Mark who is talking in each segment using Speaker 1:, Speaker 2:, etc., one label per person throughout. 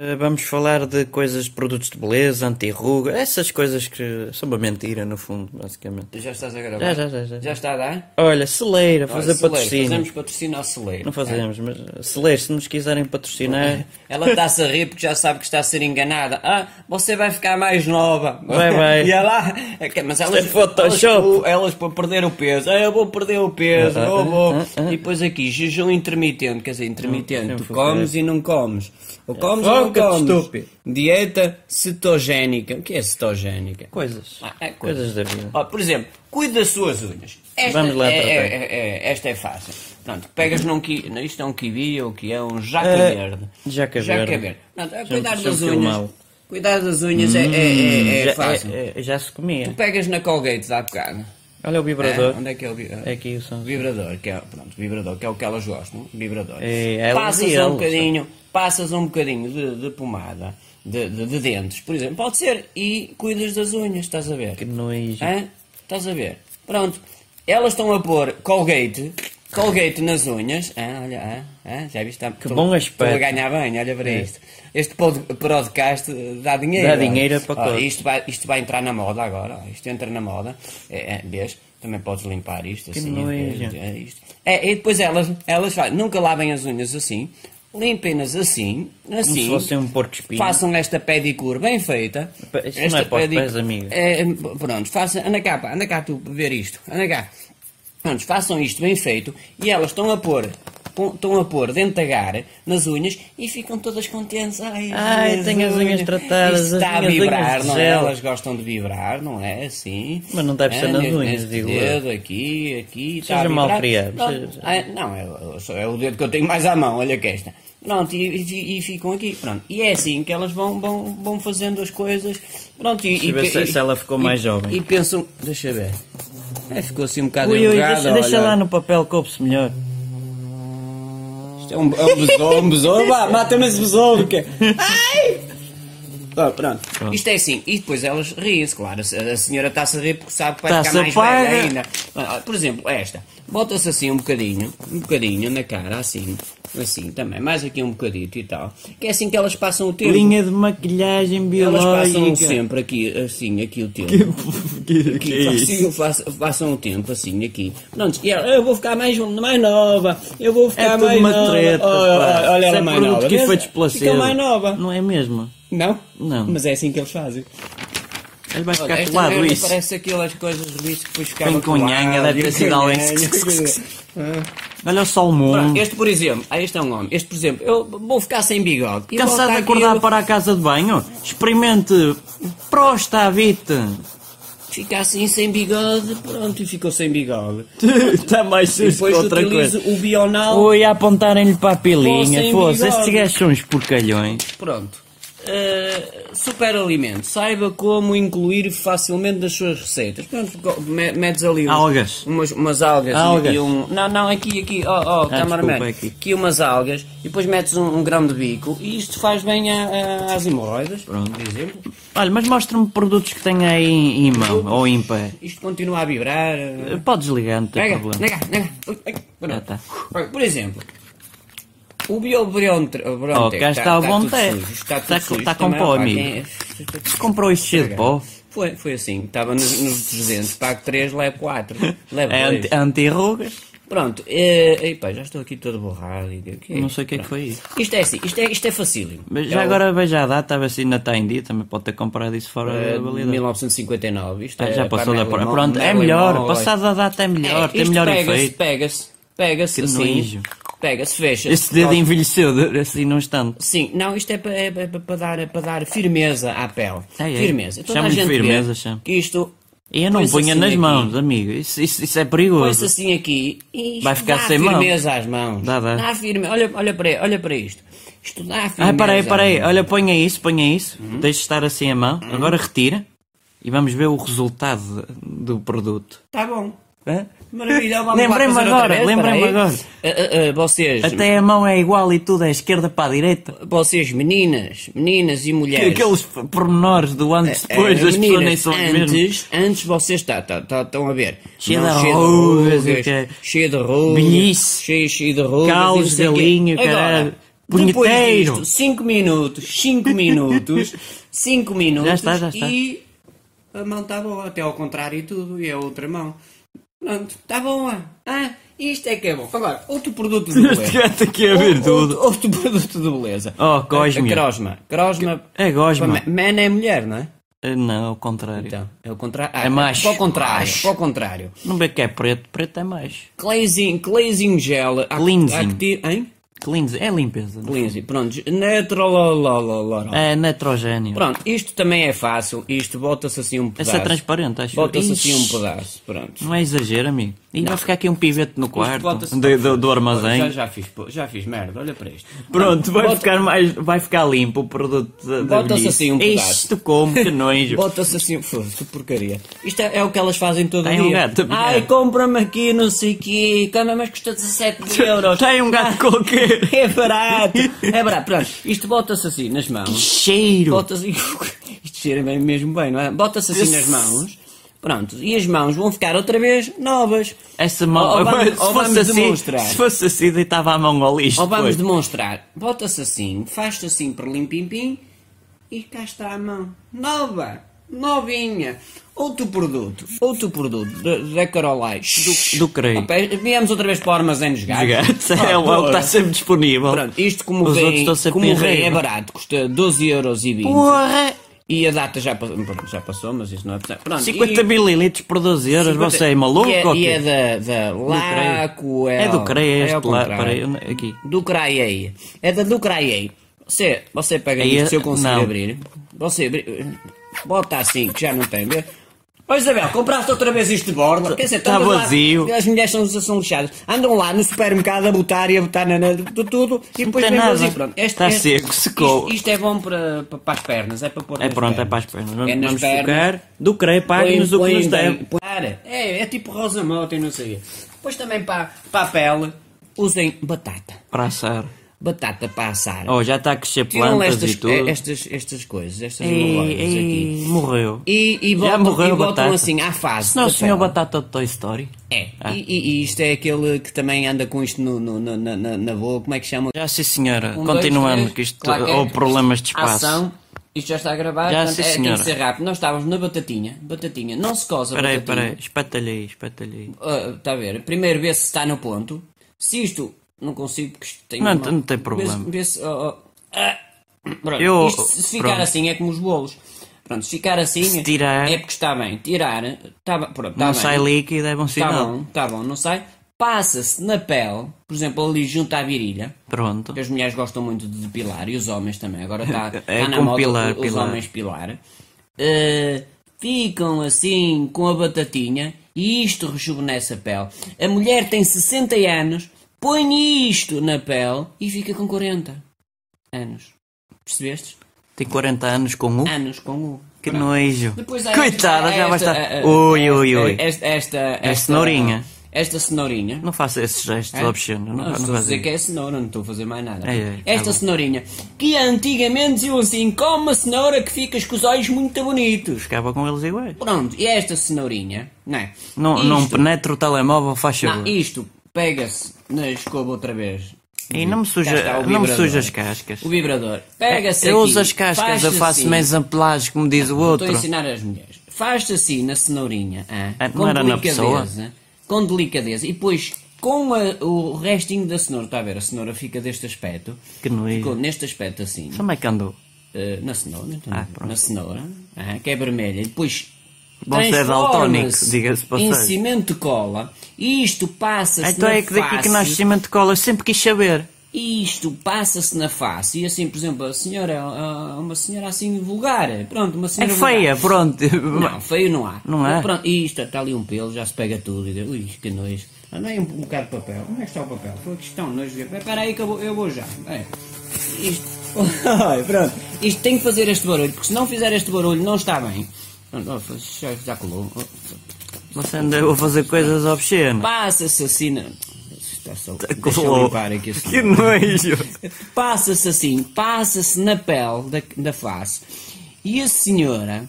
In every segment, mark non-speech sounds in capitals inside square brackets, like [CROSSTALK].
Speaker 1: Eh, Vamos falar de coisas, de produtos de beleza, anti-ruga, essas coisas que são uma mentira, no fundo, basicamente.
Speaker 2: Já estás a
Speaker 1: Já,
Speaker 2: gravar?
Speaker 1: já, já, já.
Speaker 2: Já está a dar?
Speaker 1: Olha, celeira, fazer
Speaker 2: Olha, celeiro,
Speaker 1: patrocínio.
Speaker 2: Fazemos patrocínio ao celeiro.
Speaker 1: Não fazemos, mas eh, celeiro, se nos quiserem patrocinar,
Speaker 2: É. Ela está-se a rir porque já sabe que está a ser enganada. Ah, você vai ficar mais nova.
Speaker 1: Vai, vai.
Speaker 2: [LAUGHS] E ela... é que- Mas elas,
Speaker 1: é Photoshop.
Speaker 2: elas, elas para perder o peso. Ah, eu vou perder o peso.
Speaker 1: Ah,
Speaker 2: eu vou.
Speaker 1: ah, ah.
Speaker 2: E depois aqui, jejum intermitente. Quer dizer, intermitente.
Speaker 1: Não,
Speaker 2: tu
Speaker 1: sempre
Speaker 2: comes e não comes. Ou comes ou não
Speaker 1: Foca-te,
Speaker 2: comes.
Speaker 1: estúpido.
Speaker 2: Dieta cetogénica. O que é cetogénica?
Speaker 1: coisas.
Speaker 2: Ah, é coisa.
Speaker 1: Coisas da vida.
Speaker 2: Ó, por exemplo, cuide das suas unhas. Esta
Speaker 1: Vamos lá
Speaker 2: é,
Speaker 1: tratar.
Speaker 2: é- é- é- esta é fácil. Pronto, pegas num ki... não, isto é um kiwi ou que é um jaca
Speaker 1: É,
Speaker 2: verde.
Speaker 1: jaca verde. um-
Speaker 2: Pronto, é
Speaker 1: Já-
Speaker 2: cuidar
Speaker 1: já
Speaker 2: das
Speaker 1: me
Speaker 2: unhas.
Speaker 1: filmou.
Speaker 2: Cuidar das unhas é, é- é- é
Speaker 1: já,
Speaker 2: fácil.
Speaker 1: é- é- já se comia.
Speaker 2: Pegas na Colgate há bocado.
Speaker 1: Olha o vibrador.
Speaker 2: É, onde é que é o vi- ah,
Speaker 1: É aqui o som.
Speaker 2: Vibrador, que é, pronto, vibrador, que é o que elas gostam, vibrador.
Speaker 1: É, elas
Speaker 2: passas
Speaker 1: e
Speaker 2: um
Speaker 1: elas,
Speaker 2: bocadinho, passas um bocadinho de, de pomada, de, de- de dentes, por exemplo, pode ser, e cuidas das unhas, estás a ver?
Speaker 1: Que nojo.
Speaker 2: Hã? Estás a ver? Pronto. Elas estão a pôr Colgate, Colgate nas unhas. Hã? Olha, hã? Hã? já viste? Que
Speaker 1: bom aspecto. É.
Speaker 2: Estou a ganhar bem, olha para isto. Este pod- podcast eh, dá dinheiro.
Speaker 1: Dá
Speaker 2: olha.
Speaker 1: dinheiro para
Speaker 2: Ó,
Speaker 1: todos.
Speaker 2: isto, vai, isto vai entrar na moda agora. ó. Isto entra na moda. É, é, vês? Também podes limpar isto assim.
Speaker 1: nojo.
Speaker 2: é, é isto. É, e depois elas, elas fazem. Nunca lavem as unhas assim. Limpem-nas assim, assim.
Speaker 1: se fosse um porco-espinho.
Speaker 2: Façam esta pedicure bem feita.
Speaker 1: Pa- isso não
Speaker 2: esta
Speaker 1: é para os
Speaker 2: pedic-
Speaker 1: pés, amigo.
Speaker 2: é, pronto, faça, anda cá, pá, anda cá tu ver isto, anda cá. Pronto, façam isto bem feito e elas estão a pôr, pô- estão a pôr dentro da gara, nas unhas e ficam todas contentes. Ai,
Speaker 1: Ai,
Speaker 2: minhas
Speaker 1: tenho as unhas tratadas,
Speaker 2: Isto
Speaker 1: as
Speaker 2: está a
Speaker 1: minhas
Speaker 2: vibrar,
Speaker 1: unhas de
Speaker 2: não é?
Speaker 1: gel.
Speaker 2: Elas gostam de vibrar, não é? Assim.
Speaker 1: Mas não deve ser
Speaker 2: É,
Speaker 1: nas
Speaker 2: neste-
Speaker 1: unhas,
Speaker 2: neste
Speaker 1: digo eu.
Speaker 2: dedo, aqui, aqui. está a
Speaker 1: Seja
Speaker 2: vibrar.
Speaker 1: malcriado,
Speaker 2: Pronto.
Speaker 1: seja-
Speaker 2: Ah, não, é, o- só é o dedo que eu tenho mais à mão, olha que é esta. Pronto, e, e- e ficam aqui. Pronto. E é assim que elas vão, vão, vão fazendo as coisas. Pronto, e,
Speaker 1: Deixa eu ver
Speaker 2: e-
Speaker 1: se-
Speaker 2: e-
Speaker 1: se ela ficou mais
Speaker 2: e-
Speaker 1: jovem.
Speaker 2: E pensam, deixa ver. É, ficou assim um bocado
Speaker 1: Ui, ui,
Speaker 2: enrugada,
Speaker 1: deixa, deixa
Speaker 2: olha.
Speaker 1: lá no papel, coube-se melhor.
Speaker 2: Isto é um, é um besouro, um besouro, vá, mata-me esse besouro. Que... Ai! Pá, pronto. Isto é assim, e depois elas riem-se, claro. A, a senhora está-se a rir porque sabe que vai
Speaker 1: Tá-se
Speaker 2: ficar mais
Speaker 1: apaga.
Speaker 2: velha ainda. Ah, Por exemplo, esta. Bota-se assim um bocadinho, um bocadinho na cara, assim, assim também, mais aqui um bocadito e tal. Que é assim que elas passam o tempo.
Speaker 1: Linha de maquilhagem
Speaker 2: elas passam
Speaker 1: biológica.
Speaker 2: sempre aqui, assim, aqui o tempo.
Speaker 1: [LAUGHS] que,
Speaker 2: Aqui, façam, façam, façam o tempo assim aqui. Pronto, e ela, eu vou ficar mais, mais nova, eu vou
Speaker 1: É
Speaker 2: ficar
Speaker 1: tudo
Speaker 2: mais
Speaker 1: uma
Speaker 2: nova.
Speaker 1: treta, pá.
Speaker 2: olha, olha, olha
Speaker 1: Isso
Speaker 2: ela
Speaker 1: é
Speaker 2: mais
Speaker 1: produto
Speaker 2: nova.
Speaker 1: que
Speaker 2: vês?
Speaker 1: foi desplacebo.
Speaker 2: Fica mais nova.
Speaker 1: Não é mesmo?
Speaker 2: Não?
Speaker 1: Não.
Speaker 2: Mas é assim que eles fazem.
Speaker 1: Ele vai
Speaker 2: Olha,
Speaker 1: ficar
Speaker 2: esta
Speaker 1: colado
Speaker 2: merda
Speaker 1: isso.
Speaker 2: Parece aquelas coisas de bicho que depois ficava
Speaker 1: Tem com
Speaker 2: colado,
Speaker 1: nhanha, deve ter
Speaker 2: e
Speaker 1: sido
Speaker 2: com
Speaker 1: alguém. Hum.
Speaker 2: nhanha.
Speaker 1: Olha o salmão.
Speaker 2: [LAUGHS] Pronto, Este, por exemplo, ah, este é um homem. Este, por exemplo, eu vou ficar sem bigode. E volta
Speaker 1: Cansado de
Speaker 2: aqui,
Speaker 1: acordar
Speaker 2: eu-
Speaker 1: para a casa de banho? Experimente
Speaker 2: [LAUGHS]
Speaker 1: prostavite.
Speaker 2: Ficar assim sem bigode, pronto, e ficou sem bigode. Tá
Speaker 1: Está mais
Speaker 2: E depois utilizo o Bional.
Speaker 1: Ui, a apontarem-lhe para a pilinha.
Speaker 2: Fossem
Speaker 1: Fosse, estes
Speaker 2: bigode.
Speaker 1: gajos são uns porcalhões.
Speaker 2: Pronto. Uh, superalimento. Saiba como incluir facilmente nas suas receitas. Pronto, co- me- medes ali uns-
Speaker 1: Algas.
Speaker 2: Umas, umas algas, e-
Speaker 1: Algas. Ah,
Speaker 2: E, um. Não, não, aqui, aqui, ó, ó, cameraman.
Speaker 1: desculpa, aqui.
Speaker 2: Aqui umas algas e depois metes um, um grão de bico e isto faz bem a- a- às hemorroidas. Pronto. Por exemplo.
Speaker 1: Olha, mas mostra-me produtos que tenha aí em mão ou em pé.
Speaker 2: Isto continua a vibrar. uh,
Speaker 1: Podes ligar, não tem
Speaker 2: Nega,
Speaker 1: problema.
Speaker 2: nega, nega. Ui, ai, pronto.
Speaker 1: Ah, tá.
Speaker 2: Olha, Por exemplo, o biobrionte.
Speaker 1: Oh, cá está o bom té.
Speaker 2: Está
Speaker 1: Tá
Speaker 2: tudo
Speaker 1: com-
Speaker 2: tá sujo.
Speaker 1: tá com
Speaker 2: Também,
Speaker 1: pó,
Speaker 2: pá,
Speaker 1: amigo.
Speaker 2: quem é-
Speaker 1: Comprou isto cheio de pó.
Speaker 2: Foi, foi assim, estava nos, nos 300, pago 3, levo 4,
Speaker 1: [LAUGHS]
Speaker 2: levo
Speaker 1: É
Speaker 2: 2.
Speaker 1: anti- anti-rugas.
Speaker 2: Pronto, eh, epá, já estou aqui todo borrado. e o que é
Speaker 1: Não
Speaker 2: isto?
Speaker 1: sei o que é que foi isso.
Speaker 2: Isto é assim, isto é, isto é facílimo.
Speaker 1: Mas
Speaker 2: É
Speaker 1: já
Speaker 2: o-
Speaker 1: agora veja a data, a ver se ainda está em dia. Também pode ter comprado isso fora
Speaker 2: eh,
Speaker 1: da
Speaker 2: de
Speaker 1: validade.
Speaker 2: 1959, isto
Speaker 1: Ah,
Speaker 2: é
Speaker 1: já
Speaker 2: para
Speaker 1: passou da
Speaker 2: Marilyn
Speaker 1: prova.
Speaker 2: Mon-
Speaker 1: Pronto, é
Speaker 2: Marilyn
Speaker 1: melhor.
Speaker 2: Monroe.
Speaker 1: Passada a data é melhor, tem
Speaker 2: isto
Speaker 1: melhor
Speaker 2: pega-se,
Speaker 1: efeito.
Speaker 2: Pega-se, pega-se
Speaker 1: Que
Speaker 2: assim.
Speaker 1: nojo.
Speaker 2: Pega-se, fecha.
Speaker 1: Esse dedo envelheceu de- assim num instante.
Speaker 2: Sim, não, isto é para dar, para dar firmeza à pele.
Speaker 1: Ai, ai.
Speaker 2: Firmeza. Toda a
Speaker 1: É, Chama-lhe
Speaker 2: gente vê
Speaker 1: firmeza, chama.
Speaker 2: que isto
Speaker 1: E eu não
Speaker 2: Põe-se
Speaker 1: punha
Speaker 2: assim
Speaker 1: nas
Speaker 2: aqui.
Speaker 1: mãos, amigo. Isso, isso- isso é
Speaker 2: põe-se
Speaker 1: perigoso.
Speaker 2: assim aqui e isto
Speaker 1: Vai ficar
Speaker 2: dá
Speaker 1: sem mão.
Speaker 2: firmeza às mãos.
Speaker 1: Dá, dá.
Speaker 2: firme... olha, olha, para, olha para isto. Isto dá firmeza.
Speaker 1: Ah, parei,
Speaker 2: às
Speaker 1: parei.
Speaker 2: mãos.
Speaker 1: Olha, ponha isso, ponha isso.
Speaker 2: Uhum.
Speaker 1: Deixa estar assim a mão. Agora retira. E vamos ver o resultado do produto.
Speaker 2: Tá bom.
Speaker 1: Hã?
Speaker 2: Maravilha, vamos lá
Speaker 1: Lembrei-me
Speaker 2: fazer outra
Speaker 1: agora,
Speaker 2: vez,
Speaker 1: lembrei-me
Speaker 2: peraí.
Speaker 1: agora.
Speaker 2: Ah, ah, ah, vocês,
Speaker 1: Até a mão é igual e tudo é esquerda para a direita.
Speaker 2: vocês, meninas, meninas e mulheres.
Speaker 1: Aqueles pormenores do antes
Speaker 2: Ah,
Speaker 1: depois, as pessoas
Speaker 2: meninas,
Speaker 1: nem são as
Speaker 2: antes,
Speaker 1: mesmas.
Speaker 2: antes vocês tá, tá, tá, estão a ver.
Speaker 1: Cheio
Speaker 2: Não,
Speaker 1: de arrugas e
Speaker 2: rugas,
Speaker 1: que-
Speaker 2: Cheio de rugas.
Speaker 1: Velhice.
Speaker 2: Cheio, cheio de rugas.
Speaker 1: Caos,
Speaker 2: e não sei o quê.
Speaker 1: galinho,
Speaker 2: Agora,
Speaker 1: caralho. Punheteiro!
Speaker 2: 5
Speaker 1: [LAUGHS]
Speaker 2: minutos, 5 minutos, 5 minutos.
Speaker 1: Já está, já está.
Speaker 2: E a mão está boa, até ao contrário e tudo, e a outra mão. Pronto, está boa. Ah, isto é que é bom. Agora, outro produto de
Speaker 1: [LAUGHS] Este
Speaker 2: beleza.
Speaker 1: gato aqui é a ver tudo.
Speaker 2: Outro, outro [LAUGHS] produto de beleza.
Speaker 1: Oh, gosmia.
Speaker 2: A- a Crosma. Crosma.
Speaker 1: É gosma.
Speaker 2: Man é mulher, não é?
Speaker 1: Ah, Não, ao contrário.
Speaker 2: Então, é o contrário.
Speaker 1: É macho.
Speaker 2: Para o contrário.
Speaker 1: Macho.
Speaker 2: Para o contrário.
Speaker 1: Não vê que é preto, preto é mais.
Speaker 2: Cleansing, cleansing gel. Há-
Speaker 1: Cleansing.
Speaker 2: há que ti- Hein?
Speaker 1: Cleanse, é limpeza.
Speaker 2: Cleansing. Pronto. Netrololololol.
Speaker 1: É nitrogênio.
Speaker 2: Pronto, isto também é fácil. Isto bota-se assim um pedaço.
Speaker 1: Essa é transparente, acho.
Speaker 2: Bota-se assim um
Speaker 1: Ixi,
Speaker 2: pedaço. Pronto.
Speaker 1: Não é exagero, amigo. E vai ficar aqui um pivete no
Speaker 2: Isto
Speaker 1: quarto
Speaker 2: bota-se-
Speaker 1: do, do- do
Speaker 2: Já,
Speaker 1: armazém.
Speaker 2: já, fiz, pô- já fiz merda, olha para isto.
Speaker 1: [LAUGHS] Pronto, vai
Speaker 2: Bota-
Speaker 1: ficar mais. Vai ficar limpo o produto da, da
Speaker 2: Bota-se
Speaker 1: velhice.
Speaker 2: assim um pedaço.
Speaker 1: Isto como, que nojo.
Speaker 2: Bota-se assim, foda-se, que porcaria. Isto é, é o que elas fazem todo
Speaker 1: Tem
Speaker 2: dia.
Speaker 1: um gato, mulher.
Speaker 2: Ai, compra-me aqui, não sei o quê, cama, mas custa
Speaker 1: [LAUGHS]
Speaker 2: 17 euros.
Speaker 1: Tem um
Speaker 2: [LAUGHS]
Speaker 1: gato qualquer.
Speaker 2: É barato, é barato. Pronto, isto bota-se assim nas mãos.
Speaker 1: Cheiro.
Speaker 2: [LAUGHS] Bota-se. Isto cheira bem mesmo bem, não é? Bota-se assim nas mãos. Pronto, e as mãos vão ficar outra vez novas.
Speaker 1: Essa mão.
Speaker 2: Ou vamos,
Speaker 1: se,
Speaker 2: ou vamos
Speaker 1: fosse assim,
Speaker 2: demonstrar.
Speaker 1: se fosse assim, deitava a mão ao lixo.
Speaker 2: Ou vamos
Speaker 1: depois.
Speaker 2: demonstrar. Bota-se assim, faz-se assim para limpim-pim e cá está a mão. Nova, novinha. Outro produto, outro produto da- da Carolai.
Speaker 1: Do- do Creio.
Speaker 2: Viemos outra vez para o armazém dos
Speaker 1: Os
Speaker 2: gatos.
Speaker 1: gatos. [LAUGHS]
Speaker 2: Ah,
Speaker 1: É o que está
Speaker 2: porra.
Speaker 1: sempre disponível.
Speaker 2: Pronto, isto como
Speaker 1: Os outros
Speaker 2: vem,
Speaker 1: estão sempre
Speaker 2: como
Speaker 1: em
Speaker 2: vem é
Speaker 1: rego.
Speaker 2: barato, custa 12,20€.
Speaker 1: Porra!
Speaker 2: E a data já, pa- pronto, já passou, mas isso não é possível. Pronto,
Speaker 1: 50
Speaker 2: e-
Speaker 1: mililitros por 12 euros,
Speaker 2: 50
Speaker 1: você é maluco
Speaker 2: E é,
Speaker 1: ou quê?
Speaker 2: e é da, da Laco.
Speaker 1: É do Creio,
Speaker 2: é ao
Speaker 1: este lá.
Speaker 2: contrário. É
Speaker 1: Peraí, onde- aqui.
Speaker 2: Do Craiei. É da do Craiei. Você, você pega
Speaker 1: Aí, é-
Speaker 2: isto, se eu conseguir
Speaker 1: não.
Speaker 2: abrir. Você abri- bota assim, que já não tem. vê? Ó Isabel, compraste outra vez isto de borla? Quer dizer, tu
Speaker 1: Tá
Speaker 2: andas lá-
Speaker 1: vazio.
Speaker 2: as mulheres são, são lixadas. Andam lá no supermercado a botar e a botar na, na, de tudo e depois
Speaker 1: tem
Speaker 2: vem
Speaker 1: nada.
Speaker 2: vazio. Pronto,
Speaker 1: Está seco, secou.
Speaker 2: Isto, isto é bom para, para, para as pernas, é para pôr
Speaker 1: É
Speaker 2: nas
Speaker 1: pronto, é
Speaker 2: pernas.
Speaker 1: para as pernas. Vamos,
Speaker 2: É nas
Speaker 1: vamos
Speaker 2: pernas.
Speaker 1: focar. Do Creio, pague-nos o que nos deve.
Speaker 2: Para. É, é tipo Rosa Mota e não sei. o quê. Depois também para, para a pele, usem batata.
Speaker 1: Para assar.
Speaker 2: Batata para assar.
Speaker 1: Oh, já está a crescer
Speaker 2: Tiram
Speaker 1: plantas
Speaker 2: estas,
Speaker 1: e tudo.
Speaker 2: estas, estas coisas, estas
Speaker 1: Ei,
Speaker 2: hemorroidas aqui.
Speaker 1: ei, morreu.
Speaker 2: E, e
Speaker 1: Já
Speaker 2: botam,
Speaker 1: morreu
Speaker 2: e
Speaker 1: a
Speaker 2: botam
Speaker 1: batata.
Speaker 2: assim à fase.
Speaker 1: Senão o
Speaker 2: da
Speaker 1: senhor Ah.
Speaker 2: pele.
Speaker 1: batata do Toy Story.
Speaker 2: É, e, e- e isto é aquele que também anda com isto no, no- no- na, na, na boa, como é que chama?
Speaker 1: Já sim senhora,
Speaker 2: Um,
Speaker 1: continuando
Speaker 2: dois, três,
Speaker 1: que isto
Speaker 2: claro que é.
Speaker 1: ou problemas de espaço.
Speaker 2: Ação. Isto já está a gravar,
Speaker 1: Já,
Speaker 2: portanto,
Speaker 1: sim,
Speaker 2: é, tem que
Speaker 1: senhora.
Speaker 2: ser rápido. Nós estávamos na batatinha, batatinha, não se coza a
Speaker 1: Peraí,
Speaker 2: batatinha.
Speaker 1: peraí, espeta-lhe aí, espeta-lhe aí.
Speaker 2: Está Ah, tá a ver? Primeiro vê se está no ponto. Se isto não consigo, porque isto tem.
Speaker 1: Não,
Speaker 2: uma-
Speaker 1: não tem
Speaker 2: vê se-
Speaker 1: problema.
Speaker 2: Vê se, ó, ó. Ah, pronto.
Speaker 1: Eu-
Speaker 2: Isto, se se ficar
Speaker 1: pronto.
Speaker 2: assim é como os bolos. Pronto, se ficar assim
Speaker 1: Se tirar-
Speaker 2: é porque está bem. Tirar, está bem. Pronto, está
Speaker 1: Não
Speaker 2: Tá bem.
Speaker 1: sai líquido, é bom
Speaker 2: Está
Speaker 1: sinal.
Speaker 2: bom, está bom, não sai. Passa-se na pele, por exemplo, ali junto à virilha.
Speaker 1: Pronto.
Speaker 2: Porque as mulheres gostam muito de depilar e os homens também. Agora está
Speaker 1: [LAUGHS] É
Speaker 2: na
Speaker 1: com
Speaker 2: moda
Speaker 1: pilar,
Speaker 2: os
Speaker 1: pilar.
Speaker 2: homens pilar. Eh, ficam assim com a batatinha e isto rejuvenesce a pele. A mulher tem 60 anos, põe isto na pele e fica com 40 anos. Percebeste?
Speaker 1: Tem 40 anos com um.
Speaker 2: Anos com o.
Speaker 1: que
Speaker 2: Pronto.
Speaker 1: nojo.
Speaker 2: Depois há
Speaker 1: Coitada,
Speaker 2: esta-
Speaker 1: já vai
Speaker 2: esta- É.
Speaker 1: estar.
Speaker 2: a- a-
Speaker 1: Ui, ui, ui.
Speaker 2: Esta, esta, esta,
Speaker 1: É cenourinha.
Speaker 2: Esta cenourinha.
Speaker 1: Não faça esses gestos
Speaker 2: É?
Speaker 1: obscenos. Não,
Speaker 2: Não,
Speaker 1: não
Speaker 2: estou a
Speaker 1: faz
Speaker 2: dizer
Speaker 1: isso.
Speaker 2: que é cenoura, não estou a fazer mais nada.
Speaker 1: É, é, tá
Speaker 2: Esta
Speaker 1: bom.
Speaker 2: cenourinha, que antigamente eu assim, como uma cenoura que ficas com os olhos muito bonitos.
Speaker 1: Ficava com eles iguais.
Speaker 2: Pronto, e esta cenourinha, não é?
Speaker 1: Não,
Speaker 2: isto,
Speaker 1: não penetra o telemóvel, faz favor.
Speaker 2: não, isto pega-se na escova outra vez.
Speaker 1: E não me
Speaker 2: Cá está
Speaker 1: suja, não
Speaker 2: o
Speaker 1: me
Speaker 2: vibrador.
Speaker 1: suja as cascas. É,
Speaker 2: O vibrador. Pega-se
Speaker 1: Eu
Speaker 2: aqui,
Speaker 1: uso as cascas,
Speaker 2: faz-se
Speaker 1: eu faço
Speaker 2: assim.
Speaker 1: mise en place, como diz o outro.
Speaker 2: Estou a ensinar às mulheres. Faz-te assim na cenourinha, hã?
Speaker 1: Ah, não
Speaker 2: com
Speaker 1: era na pessoa?
Speaker 2: delicadeza, com delicadeza, e depois com a- o restinho da cenoura, está a ver? A cenoura fica deste aspecto,
Speaker 1: Que nojo.
Speaker 2: ficou neste aspecto assim,
Speaker 1: Como é que andou?
Speaker 2: eh, na cenoura, então,
Speaker 1: Ah, pronto.
Speaker 2: na cenoura, hã? que é vermelha, e depois
Speaker 1: Bom ser
Speaker 2: transforma-se
Speaker 1: daltónico, diga-se de
Speaker 2: em
Speaker 1: passagem.
Speaker 2: cimento de cola, e isto passa-se
Speaker 1: Então
Speaker 2: na
Speaker 1: é que daqui que
Speaker 2: face,
Speaker 1: nasce cima de cola, eu sempre quis saber.
Speaker 2: e isto passa-se na face, e assim, por exemplo, a senhora é ah, uma senhora assim vulgar, pronto, uma
Speaker 1: É
Speaker 2: senhora vulgar.
Speaker 1: feia, pronto.
Speaker 2: Não, feio não há.
Speaker 1: Não é?
Speaker 2: Pronto, e isto, está ali um pelo, já se pega tudo. E diz, ui, que nojo. Anda aí um bocado de papel. Onde é que está o papel? Foi que estão nojo. Espera aí que eu vou, eu vou já. É. Isto... [LAUGHS] Ai, pronto. Isto tem que fazer este barulho, porque se não fizer este barulho não está bem. Pronto, ó, já, já colou. Ó,
Speaker 1: [LAUGHS] Você andou a fazer coisas obscenas.
Speaker 2: Passa-se assim... na- Está só... Deixa eu
Speaker 1: Colou.
Speaker 2: limpar aqui assim.
Speaker 1: Que nojo.
Speaker 2: Passa-se assim, passa-se na pele da, da face. E a senhora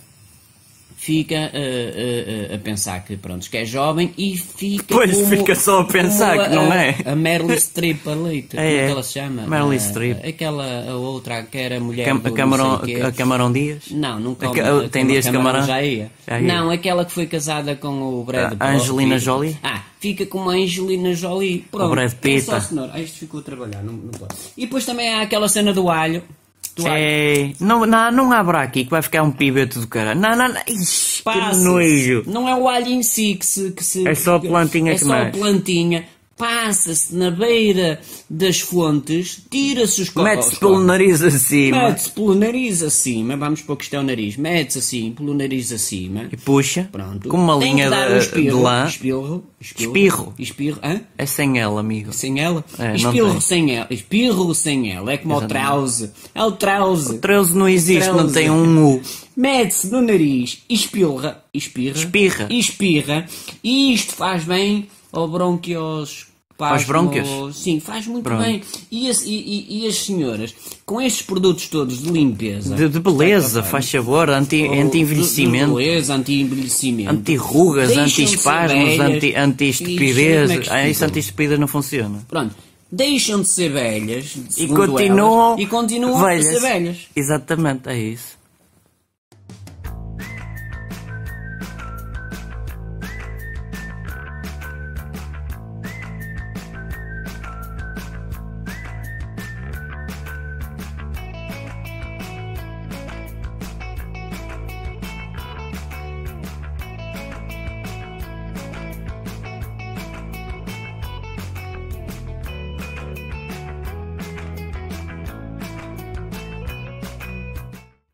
Speaker 2: fica uh, uh, uh, a pensar que, pronto, que é jovem e fica.
Speaker 1: Pois,
Speaker 2: como-
Speaker 1: fica só a pensar
Speaker 2: como
Speaker 1: que não
Speaker 2: a-
Speaker 1: é.
Speaker 2: A Meryl
Speaker 1: [LAUGHS]
Speaker 2: Streep ali, como é
Speaker 1: é.
Speaker 2: que ela se chama?
Speaker 1: Meryl
Speaker 2: A-
Speaker 1: Streep.
Speaker 2: Aquela, a outra, que era a mulher.
Speaker 1: Cam-
Speaker 2: do
Speaker 1: a,
Speaker 2: não
Speaker 1: Camarão,
Speaker 2: sei quê.
Speaker 1: a Camarão Dias?
Speaker 2: Não, não
Speaker 1: A
Speaker 2: come.
Speaker 1: ca-
Speaker 2: a-
Speaker 1: ah, tem
Speaker 2: come
Speaker 1: dias de camarão?
Speaker 2: Já ia.
Speaker 1: Já ia.
Speaker 2: Não, aquela que foi casada com o Brad
Speaker 1: Ah,
Speaker 2: Pitt.
Speaker 1: Angelina Jolie?
Speaker 2: Ah, fica com uma Angelina Jolie. Pronto.
Speaker 1: Brad
Speaker 2: É
Speaker 1: Pitt.
Speaker 2: só senhor. Ah, isto ficou a trabalhar, não, não pode. E depois também há aquela cena do alho. Do alho.
Speaker 1: É, não, não, não abra aqui que vai ficar um pibeto do caralho. Não, não, não. Ixi, que
Speaker 2: Passa-se.
Speaker 1: nojo.
Speaker 2: Não é o alho em si que se. Que se
Speaker 1: É só a plantinha
Speaker 2: é
Speaker 1: que
Speaker 2: só a
Speaker 1: nasce.
Speaker 2: plantinha. Passa-se na beira das fontes, tira-se os copos.
Speaker 1: Mete-se pelo nariz é? acima
Speaker 2: Mete-se pelo nariz acima, vamos pôr que isto é o nariz, mete-se assim, pelo nariz acima,
Speaker 1: e puxa
Speaker 2: Pronto.
Speaker 1: com uma
Speaker 2: Tem
Speaker 1: linha
Speaker 2: que dar
Speaker 1: de,
Speaker 2: um espirro,
Speaker 1: de lã.
Speaker 2: Espirro.
Speaker 1: Espirro.
Speaker 2: Espirro. Hã?
Speaker 1: É sem ela, amigo.
Speaker 2: Sem ela?
Speaker 1: É, não
Speaker 2: espirro
Speaker 1: tem.
Speaker 2: sem ela. Espirro sem ela. É como o trause. É o trause.
Speaker 1: 13 não existe, não
Speaker 2: Trauze.
Speaker 1: tem um U.
Speaker 2: Mete-se no nariz. Espirra. Espirra.
Speaker 1: Espirra.
Speaker 2: Espirra. E isto faz bem ao bronquios.
Speaker 1: Aos brônquios?
Speaker 2: Sim, faz muito
Speaker 1: Pronto.
Speaker 2: bem. E as, e- e- e as senhoras, com estes produtos todos de limpeza,
Speaker 1: De, de
Speaker 2: Tá,
Speaker 1: beleza, faz sabor, anti-
Speaker 2: ou Oh, de- de
Speaker 1: anti-envelhecimento,
Speaker 2: beleza, anti-envelhecimento,
Speaker 1: anti-rugas,
Speaker 2: Deixam-se
Speaker 1: anti-espasmos, anti-
Speaker 2: velhas. Ixi, como é que
Speaker 1: anti-estupidez.
Speaker 2: isto
Speaker 1: Ah, Isso
Speaker 2: fica?
Speaker 1: anti-estupidez não funciona.
Speaker 2: Pronto. Deixam de ser velhas
Speaker 1: E
Speaker 2: segundo elas,
Speaker 1: continuam,
Speaker 2: e continuam a ser velhas.
Speaker 1: Exatamente, é isso.